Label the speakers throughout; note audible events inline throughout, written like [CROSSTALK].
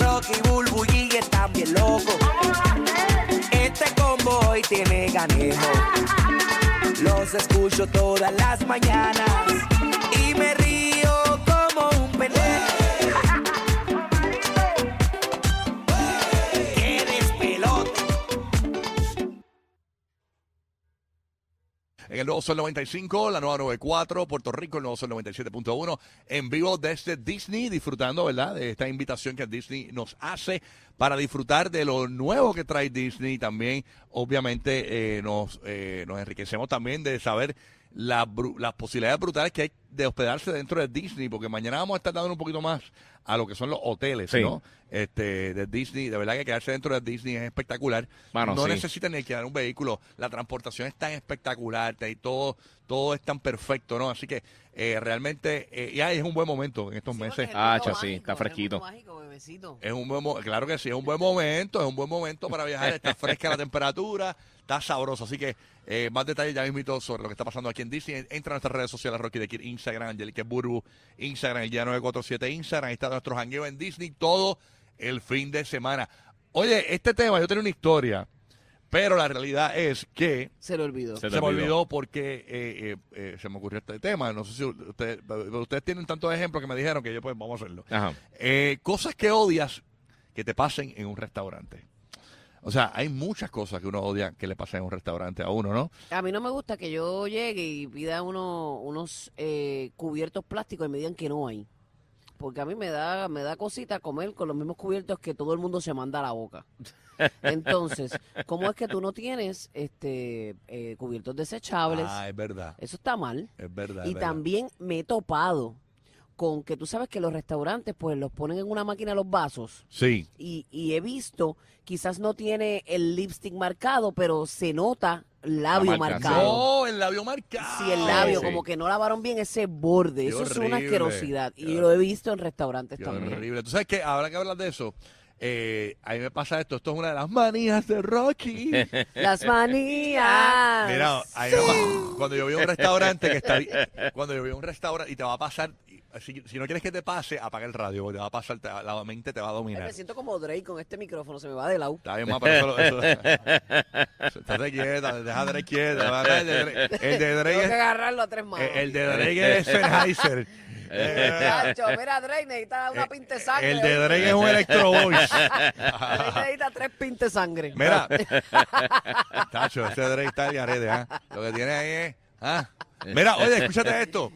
Speaker 1: Rocky, Bulbu y Giga están bien locos. Este combo hoy tiene ganejo. Los escucho todas las mañanas y me río como un pendejo. ¡Qué despelote!
Speaker 2: En el nuevo Sol 95, la nueva 94, Puerto Rico, el nuevo Sol 97.1, en vivo desde Disney, disfrutando, ¿verdad?, de esta invitación que Disney nos hace para disfrutar de lo nuevo que trae Disney. También, obviamente, eh, nos, eh, nos enriquecemos también de saber las bru- las posibilidades brutales que hay de hospedarse dentro de Disney, porque mañana vamos a estar dando un poquito más a lo que son los hoteles,
Speaker 3: Sí.
Speaker 2: ¿no? Este, de Disney, de verdad que quedarse dentro de Disney es espectacular.
Speaker 3: Mano,
Speaker 2: no
Speaker 3: sí.
Speaker 2: necesitan ni alquilar un vehículo, la transportación es tan espectacular, te- y todo, todo es tan perfecto, ¿no? Así que eh, realmente, eh, y ahí es un buen momento en estos meses.
Speaker 3: Ah, cha, sí, está fresquito.
Speaker 2: Es un buen mo- claro que sí, es un buen momento, es un buen momento para viajar, está fresca la temperatura, está sabroso, así que eh, más detalles ya mismito sobre lo que está pasando aquí en Disney, entra a nuestras redes sociales, Rocky de Kid, Instagram, Angelique Burbu, Instagram, el día 947 Instagram, ahí está nuestro jangueo en Disney todo el fin de semana. Oye, este tema, yo tenía una historia, pero la realidad es que
Speaker 4: Se le olvidó.
Speaker 3: Se
Speaker 2: se,
Speaker 3: te
Speaker 2: me
Speaker 3: olvidó.
Speaker 2: olvidó porque eh, eh, eh, se me ocurrió este tema, no sé si ustedes, ustedes tienen tantos ejemplos que me dijeron que yo pues vamos a hacerlo.
Speaker 3: Ajá.
Speaker 2: Eh, cosas que odias que te pasen en un restaurante. O sea, hay muchas cosas que uno odia que le pasen en un restaurante a uno, ¿no?
Speaker 4: A mí no me gusta que yo llegue y pida uno- unos eh, cubiertos plásticos y me digan que no hay. Porque a mí me da, me da cosita comer con los mismos cubiertos que todo el mundo se manda a la [LAUGHS] boca. Entonces, ¿cómo es que tú no tienes este eh, cubiertos desechables?
Speaker 2: Ah, es verdad,
Speaker 4: Eso está mal.
Speaker 2: es verdad.
Speaker 4: Y también me he topado con que tú sabes que los restaurantes pues los ponen en una máquina los vasos.
Speaker 2: Sí,
Speaker 4: y, y he visto, quizás no tiene el lipstick marcado, pero se nota labio
Speaker 3: La marca,
Speaker 4: marcado.
Speaker 2: No, el labio marcado.
Speaker 4: Si el labio,
Speaker 3: Sí, sí.
Speaker 4: como que no lavaron bien ese borde,
Speaker 2: Qué
Speaker 4: eso es una
Speaker 2: horrible.
Speaker 4: asquerosidad.
Speaker 2: Qué
Speaker 4: Y lo he visto en restaurantes
Speaker 2: Qué
Speaker 4: también.
Speaker 2: horrible. Tú sabes que ahora que hablas de eso, eh, a mí me pasa esto. Esto es una de las manías de Rocky. [LAUGHS]
Speaker 3: [LAUGHS]
Speaker 4: Las manías.
Speaker 2: Mira, ahí me pasa- cuando yo veo un restaurante que está bi- cuando yo veo un restaurante y te va a pasar, y- si, si no quieres que te pase, apaga el radio, porque te va a pasar, te va- la mente te va a
Speaker 4: Ay, pues
Speaker 2: dominar.
Speaker 4: me siento como Drake con este micrófono, se me va de lado.
Speaker 2: Está bien, ma, pero eso, lo- eso, eso- estate quieta, deja a Drake quieta. El de Drake, el de
Speaker 4: Tengo que
Speaker 2: Drake,
Speaker 4: agarrarlo a tres manos.
Speaker 2: es- el de Drake es Sennheiser. Eh, [LAUGHS]
Speaker 4: Chacho, mira, Drake necesita una pinta de sangre.
Speaker 2: El de Drake es un electro voice.
Speaker 4: Drake necesita tres pintes de sangre.
Speaker 2: Mira, [LAUGHS] Tacho, ese Drake está al garete, ¿ah? Lo que tiene ahí es. ¿ah? Mira, oye, escúchate esto.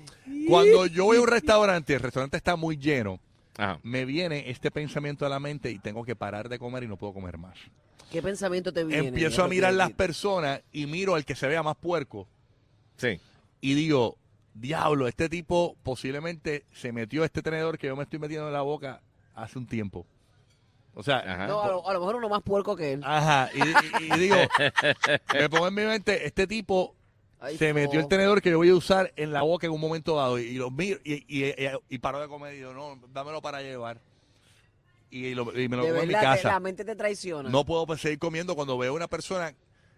Speaker 2: Cuando yo voy a un restaurante y el restaurante está muy lleno,
Speaker 3: Ajá.
Speaker 2: me viene este pensamiento a la mente y tengo que parar de comer y no puedo comer más.
Speaker 4: ¿Qué pensamiento te viene?
Speaker 2: Empiezo a
Speaker 4: Rocky
Speaker 2: mirar las
Speaker 4: Martínez?
Speaker 2: personas y miro al que se vea más puerco.
Speaker 3: Sí.
Speaker 2: y digo, diablo, este tipo posiblemente se metió este tenedor que yo me estoy metiendo en la boca hace un tiempo. O sea,
Speaker 3: Ajá.
Speaker 4: No, a lo, a lo mejor uno más puerco que él.
Speaker 2: ajá, y, y- y digo, me pongo en mi mente, este tipo
Speaker 4: Ay,
Speaker 2: se metió el
Speaker 4: po.
Speaker 2: tenedor que yo voy a usar en la boca en un momento dado y, y lo miro y, y, y- y paro de comer y digo, no, dámelo para llevar. Y, lo- y me lo
Speaker 4: de
Speaker 2: como en mi
Speaker 4: verdad, te-
Speaker 2: casa.
Speaker 4: la mente te traiciona.
Speaker 2: No puedo pues, seguir comiendo cuando veo una persona,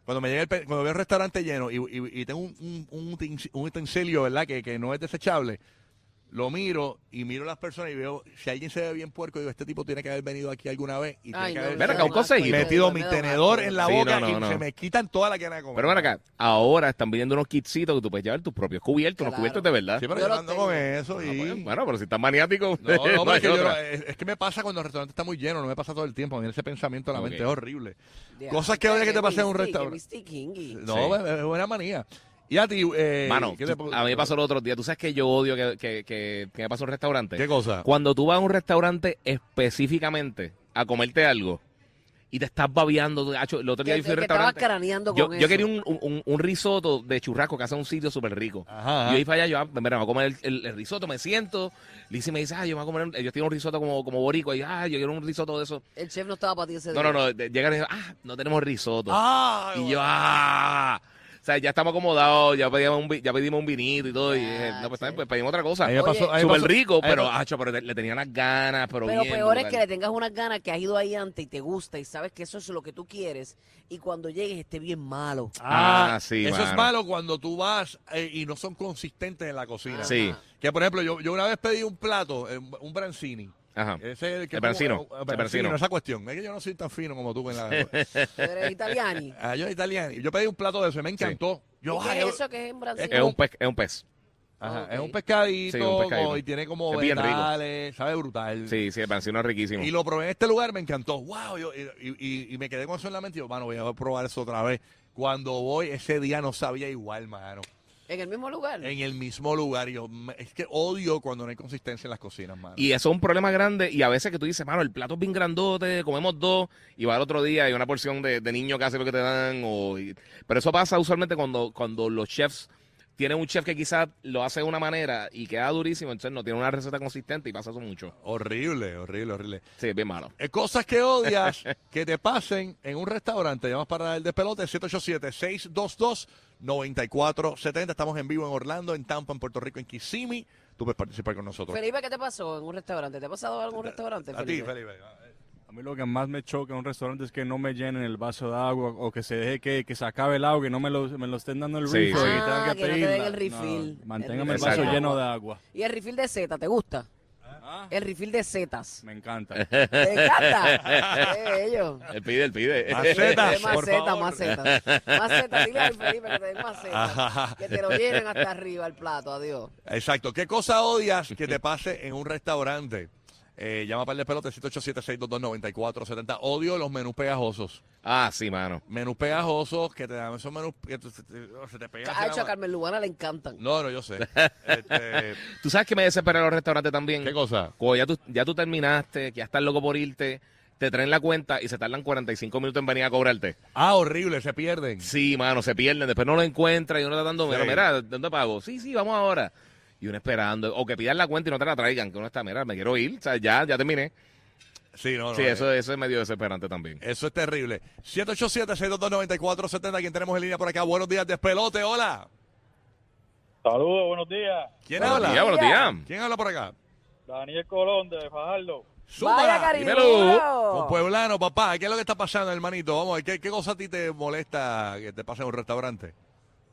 Speaker 2: cuando me llega el, pe- cuando veo un restaurante lleno y, y- y tengo un, un, un utensi- un utensilio, ¿verdad? Que, que no es desechable. Lo miro y miro las personas y veo, si alguien se ve bien puerco, digo, este tipo tiene que haber venido aquí alguna vez y tiene
Speaker 4: Ay,
Speaker 2: que
Speaker 4: no,
Speaker 2: haber
Speaker 4: me da
Speaker 3: Ven acá, un
Speaker 4: un asco,
Speaker 3: conseguido.
Speaker 4: me
Speaker 2: metido
Speaker 4: da-
Speaker 2: mi
Speaker 4: me da un
Speaker 2: tenedor
Speaker 4: asco.
Speaker 2: en la
Speaker 3: Sí,
Speaker 2: boca
Speaker 3: no, no,
Speaker 2: y
Speaker 3: no.
Speaker 2: se me quitan toda la gana de comer.
Speaker 3: Pero ven acá, ahora están vendiendo unos kitsitos que tú puedes llevar tus propios cubiertos, los
Speaker 4: Claro.
Speaker 3: cubiertos de verdad.
Speaker 2: Sí, pero
Speaker 4: Yo
Speaker 2: yo,
Speaker 4: lo
Speaker 2: ando
Speaker 4: tengo.
Speaker 2: con eso
Speaker 3: Ah,
Speaker 2: y...
Speaker 3: pues, bueno, pero si estás maniático, [LAUGHS]
Speaker 2: No, no, pero
Speaker 3: hay
Speaker 2: es, que yo
Speaker 3: otra.
Speaker 2: no- es- es que me pasa cuando el restaurante está muy lleno, no me pasa todo el tiempo, me viene ese pensamiento a la
Speaker 3: Ok.
Speaker 2: mente, es horrible.
Speaker 4: Ya.
Speaker 2: Cosas que odia que te
Speaker 4: Qué
Speaker 2: pase en un
Speaker 4: mystique,
Speaker 2: restaurante.
Speaker 4: qué mystique, Ingy.
Speaker 2: No,
Speaker 3: Sí.
Speaker 2: es- es buena manía. Y a ti, eh,
Speaker 3: Mano,
Speaker 2: ¿qué te
Speaker 3: tú-
Speaker 2: puedo-
Speaker 3: a mí me pasó el otro día. ¿Tú sabes que yo odio que, que, que, que me pasó un restaurante?
Speaker 2: ¿Qué cosa?
Speaker 3: Cuando tú vas a un restaurante específicamente a comerte algo y te estás babeando, tú, hacho, el otro día
Speaker 4: Que-
Speaker 3: yo fui a un
Speaker 4: que estabas
Speaker 3: restaurante.
Speaker 4: craneando
Speaker 3: yo,
Speaker 4: con
Speaker 3: yo
Speaker 4: eso.
Speaker 3: quería un, un, un risotto de churrasco que hace un sitio súper rico.
Speaker 2: Ajá,
Speaker 3: Y
Speaker 2: ajá.
Speaker 3: yo iba para allá, yo, ah, mira, me voy a comer el, el- el risotto, me siento. Lizzie me dice, ah, yo me voy a comer, un- yo tengo un risotto como, como borico. Y ah, yo quiero un risotto de eso.
Speaker 4: El chef no estaba para ti ese
Speaker 3: No,
Speaker 4: día.
Speaker 3: no, no, de- llegan y dicen, ah, no tenemos risotto.
Speaker 2: Ah,
Speaker 3: Y yo, ah, o sea, ya estamos acomodados, ya pedimos un, vi- ya pedimos un vinito y todo. Y dije, no, pues,
Speaker 4: Ya,
Speaker 3: también, pues, pedimos otra cosa.
Speaker 2: A mí me pasó- a mí me
Speaker 3: Súper
Speaker 2: pasó-
Speaker 3: rico,
Speaker 2: a mí me
Speaker 3: pero,
Speaker 2: pasó-
Speaker 3: hacho, pero le, le tenía unas ganas, pero,
Speaker 4: Pero
Speaker 3: bien
Speaker 4: peor es
Speaker 3: brutal.
Speaker 4: que le tengas unas ganas que has ido ahí antes y te gusta y sabes que eso es lo que tú quieres y cuando llegues esté bien malo.
Speaker 3: Ah, sí,
Speaker 2: Eso es
Speaker 3: mano.
Speaker 2: malo cuando tú vas eh, y no son consistentes en la cocina.
Speaker 3: Sí,
Speaker 2: Que, por ejemplo, yo, yo una vez pedí un plato, eh, un un brancini.
Speaker 3: ajá.
Speaker 2: Ese es el que
Speaker 3: Ah.
Speaker 2: como-
Speaker 3: El brancino,
Speaker 2: eh, eh,
Speaker 3: el
Speaker 2: brancino,
Speaker 3: brancino.
Speaker 2: esa cuestión. Es que yo no soy tan fino como tú en
Speaker 3: [LAUGHS]
Speaker 2: la...
Speaker 4: Tú
Speaker 2: [LAUGHS]
Speaker 4: eres italiani.
Speaker 2: Ah, yo italiano. Yo pedí un plato de eso y me encantó. Yo,
Speaker 4: ¿Y qué
Speaker 2: ah,
Speaker 4: es
Speaker 2: yo-
Speaker 4: eso que es en Brasil?
Speaker 3: Es un, pez, es un pez.
Speaker 2: Ajá,
Speaker 4: Ok.
Speaker 2: Es un pescadito,
Speaker 3: Sí, un pescadito.
Speaker 2: con- y tiene como
Speaker 3: Es bien rico.
Speaker 2: vegetales, sabe brutal.
Speaker 3: Sí, sí, el pancino es riquísimo.
Speaker 2: Y lo probé en este lugar, me encantó. ¡Wow! Yo- y, y- y me quedé con eso en la mente. Y yo, mano, voy a probar eso otra vez. Cuando voy, ese día no sabía igual, mano.
Speaker 4: En el mismo lugar.
Speaker 2: En el mismo lugar. y Yo, me- es que odio cuando no hay consistencia en las cocinas, mano.
Speaker 3: Y eso es un problema grande. Y a veces que tú dices, mano, el plato es bien grandote, comemos dos, y va al otro día, hay una porción de, de niño casi lo que te dan. O, y- pero eso pasa usualmente cuando, cuando los chefs tienen un chef que quizás lo hace de una manera y queda durísimo, entonces no tiene una receta consistente y pasa eso mucho.
Speaker 2: Horrible, horrible, horrible.
Speaker 3: Sí, es bien malo.
Speaker 2: Eh, Cosas que odias que te pasen en un restaurante. Llamas para el despelote 787-622-9470. Estamos en vivo en Orlando, en Tampa, en Puerto Rico, en Kissimmee. Tú puedes participar con nosotros.
Speaker 4: Felipe, ¿qué te pasó en un restaurante? ¿Te ha pasado algo en un restaurante,
Speaker 2: A ti,
Speaker 4: Felipe?
Speaker 2: Felipe.
Speaker 5: A mí lo que más me choca en un restaurante es que no me llenen el vaso de agua o que se deje que, que se acabe el agua, que no me lo, me lo estén dando el
Speaker 3: Sí,
Speaker 5: refill
Speaker 3: sí.
Speaker 5: y tengan
Speaker 4: Ah, que no te den
Speaker 5: pedirla.
Speaker 4: el refill.
Speaker 5: No, manténgame el,
Speaker 3: El
Speaker 5: vaso
Speaker 3: refill.
Speaker 5: lleno de agua.
Speaker 4: ¿Y el refill de Z, te gusta?
Speaker 5: Ah,
Speaker 4: El refill de Zetas.
Speaker 5: Me encanta.
Speaker 4: ¿Te
Speaker 2: [LAUGHS]
Speaker 4: encanta? ¡Qué bello!
Speaker 3: Él pide, él pide.
Speaker 2: Macetas,
Speaker 4: más
Speaker 2: por
Speaker 4: Zetas,
Speaker 2: favor.
Speaker 4: más Zetas. Más Zetas, dile al Felipe que te den más Zetas. Que te lo llenen hasta arriba el plato, adiós.
Speaker 2: Exacto. ¿Qué cosa odias que te pase en un restaurante? Eh, llama para el despelote 787-622-9470. Odio los menús pegajosos.
Speaker 3: [LAUGHS] Ah, sí, mano.
Speaker 2: Menús pegajosos que te dan esos menús que te- te- te- se te pegan.
Speaker 4: Cacho, a Carmen Lugana le encantan.
Speaker 2: No, no, yo sé. Este,
Speaker 3: Tú sabes que me desespera en los restaurantes también.
Speaker 2: ¿Qué cosa?
Speaker 3: Cuando ya tú, ya tú terminaste, que ya estás loco por irte, te traen la cuenta y se tardan 45 minutos en venir a cobrarte.
Speaker 2: Ah, horrible, se pierden.
Speaker 3: Sí, mano, se pierden, después no lo encuentran y uno está dando, mira,
Speaker 2: Sí.
Speaker 3: mira, ¿dónde pago? Sí, sí, vamos ahora. Y uno esperando, o que pidan la cuenta y no te la traigan, que uno está, mira, me quiero ir, o sea, ya, ya terminé.
Speaker 2: Sí, no, no.
Speaker 3: Sí,
Speaker 2: eh,
Speaker 3: eso, eso es medio desesperante también.
Speaker 2: eso es terrible. 787-622-9470. ¿Quién tenemos en línea por acá? Buenos días, despelote. Hola.
Speaker 6: Saludos, buenos días.
Speaker 2: ¿Quién
Speaker 3: Buenos
Speaker 2: habla?
Speaker 3: días, buenos días.
Speaker 2: ¿Quién habla por acá?
Speaker 6: Daniel Colón de Fajardo.
Speaker 4: ¡Vaya,
Speaker 2: Zumba.
Speaker 4: cariño!
Speaker 3: dímelo.
Speaker 2: Con Pueblano, papá, ¿qué es lo que está pasando, hermanito? Vamos, a ver, ¿qué, qué cosa a ti te molesta que te pase en un restaurante?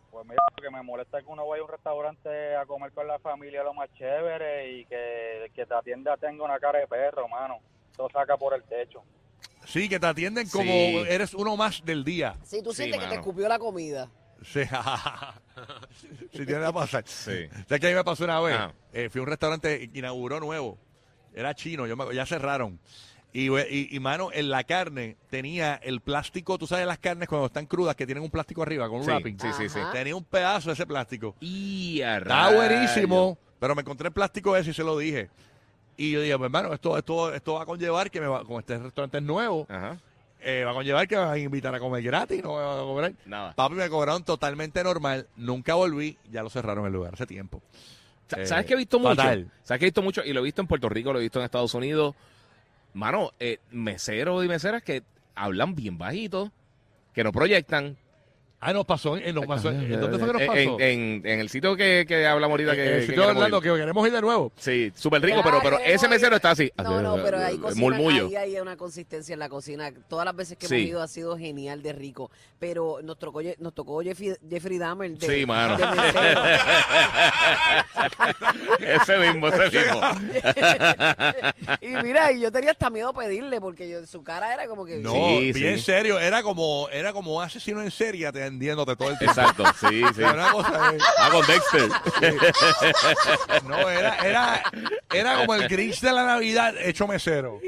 Speaker 6: Pues mira, lo que me molesta es que uno vaya a un restaurante a comer con la familia lo más chévere y que el que te atienda tenga una cara de perro, mano. Lo saca por el techo.
Speaker 2: Sí, que te atienden como
Speaker 3: Sí.
Speaker 2: eres uno más del día.
Speaker 4: Si tú
Speaker 3: Sí,
Speaker 4: sientes que te
Speaker 3: mano.
Speaker 4: escupió la comida.
Speaker 2: Sí, [LAUGHS] sí tiene que pasar.
Speaker 3: Sí. Ah.
Speaker 2: ¿Sabes qué a mí me pasó una vez?
Speaker 3: Ajá.
Speaker 2: Eh, fui a un restaurante que inauguró nuevo. Era chino, yo me acu- ya cerraron. Y, we- y, y, mano, en la carne tenía el plástico, tú sabes las carnes cuando están crudas que tienen un plástico arriba con un
Speaker 3: Sí,
Speaker 2: wrapping.
Speaker 3: sí, sí, sí.
Speaker 4: Ajá.
Speaker 2: Tenía un pedazo de ese plástico.
Speaker 3: Y a
Speaker 2: Está
Speaker 3: rayos.
Speaker 2: buenísimo, pero me encontré el plástico ese y se lo dije. Y yo dije, pues, hermano, esto, esto, esto va a conllevar que me va, como este restaurante es nuevo,
Speaker 3: Ajá.
Speaker 2: eh, va a conllevar que me van a invitar a comer gratis, no me van a cobrar.
Speaker 3: Nada.
Speaker 2: Papi, me cobraron totalmente normal, nunca volví, ya lo cerraron el lugar hace tiempo.
Speaker 3: Sa-
Speaker 2: Eh,
Speaker 3: ¿Sabes qué he visto mucho?
Speaker 2: fatal.
Speaker 3: ¿Sabes qué he visto mucho? Y lo he visto en Puerto Rico, lo he visto en Estados Unidos. Mano, eh, meseros y meseras que hablan bien bajito, que no proyectan,
Speaker 2: Ah, nos pasó. En, nos pasó en- ¿Dónde fue que nos pasó?
Speaker 3: Eh,
Speaker 2: Eh,
Speaker 3: En, en- en el sitio que, que hablamos ahorita.
Speaker 2: En
Speaker 3: que,
Speaker 2: el
Speaker 3: que
Speaker 2: sitio de
Speaker 3: queremos
Speaker 2: Orlando,
Speaker 3: ir.
Speaker 2: que queremos ir de nuevo.
Speaker 3: Sí, súper rico, pero, pero
Speaker 4: Ay,
Speaker 3: ese
Speaker 4: no,
Speaker 3: mesero está así.
Speaker 4: No, no, pero ahí cocinan,
Speaker 3: Murmullo.
Speaker 4: ahí hay una consistencia en la cocina. Todas las veces que
Speaker 3: Sí.
Speaker 4: hemos ido ha sido genial de rico. Pero nos tocó, Ye- nos tocó Jeffrey, Jeffrey Dahmer. De,
Speaker 3: Sí, mano.
Speaker 4: de
Speaker 3: [LAUGHS]
Speaker 4: mesero.
Speaker 3: [LAUGHS] ese mismo, ese mismo.
Speaker 4: y mira, y yo tenía hasta miedo pedirle porque yo, su cara era como que...
Speaker 2: No,
Speaker 3: Sí,
Speaker 2: bien
Speaker 3: sí.
Speaker 2: serio. Era como, era como un asesino en serie atendiéndote todo el
Speaker 3: [LAUGHS]
Speaker 2: tiempo.
Speaker 3: Exacto, sí, sí.
Speaker 2: Era una cosa, eh,
Speaker 3: Ah, con Dexter.
Speaker 2: no, era, era, era como el Grinch de la Navidad hecho mesero.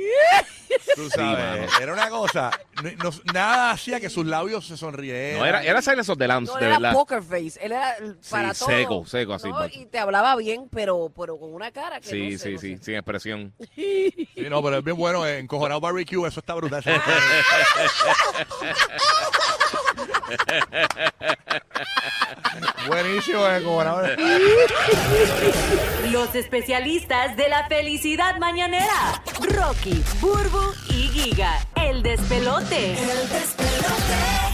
Speaker 2: Tú sabes, era una cosa. n- nos- nada hacía que sus labios se sonrieran.
Speaker 3: No, era, era Silence of the Lambs,
Speaker 4: No,
Speaker 3: de
Speaker 4: él era
Speaker 3: verdad.
Speaker 4: poker face, él era el- para todo.
Speaker 3: seco, seco, así,
Speaker 4: ¿no?
Speaker 3: macho.
Speaker 4: Y te hablaba bien, pero, pero con una cara que
Speaker 3: Sí,
Speaker 4: no sé,
Speaker 3: sí,
Speaker 4: no
Speaker 3: sí,
Speaker 4: sé.
Speaker 3: sin expresión.
Speaker 2: Sí, no, pero es bien bueno. eh, Encojonado barbecue, eso está brutal. Buenísimo, eh, encojonado.
Speaker 7: Los especialistas de la felicidad mañanera. Rocky, Burbu y Giga. El despelote. El despelote.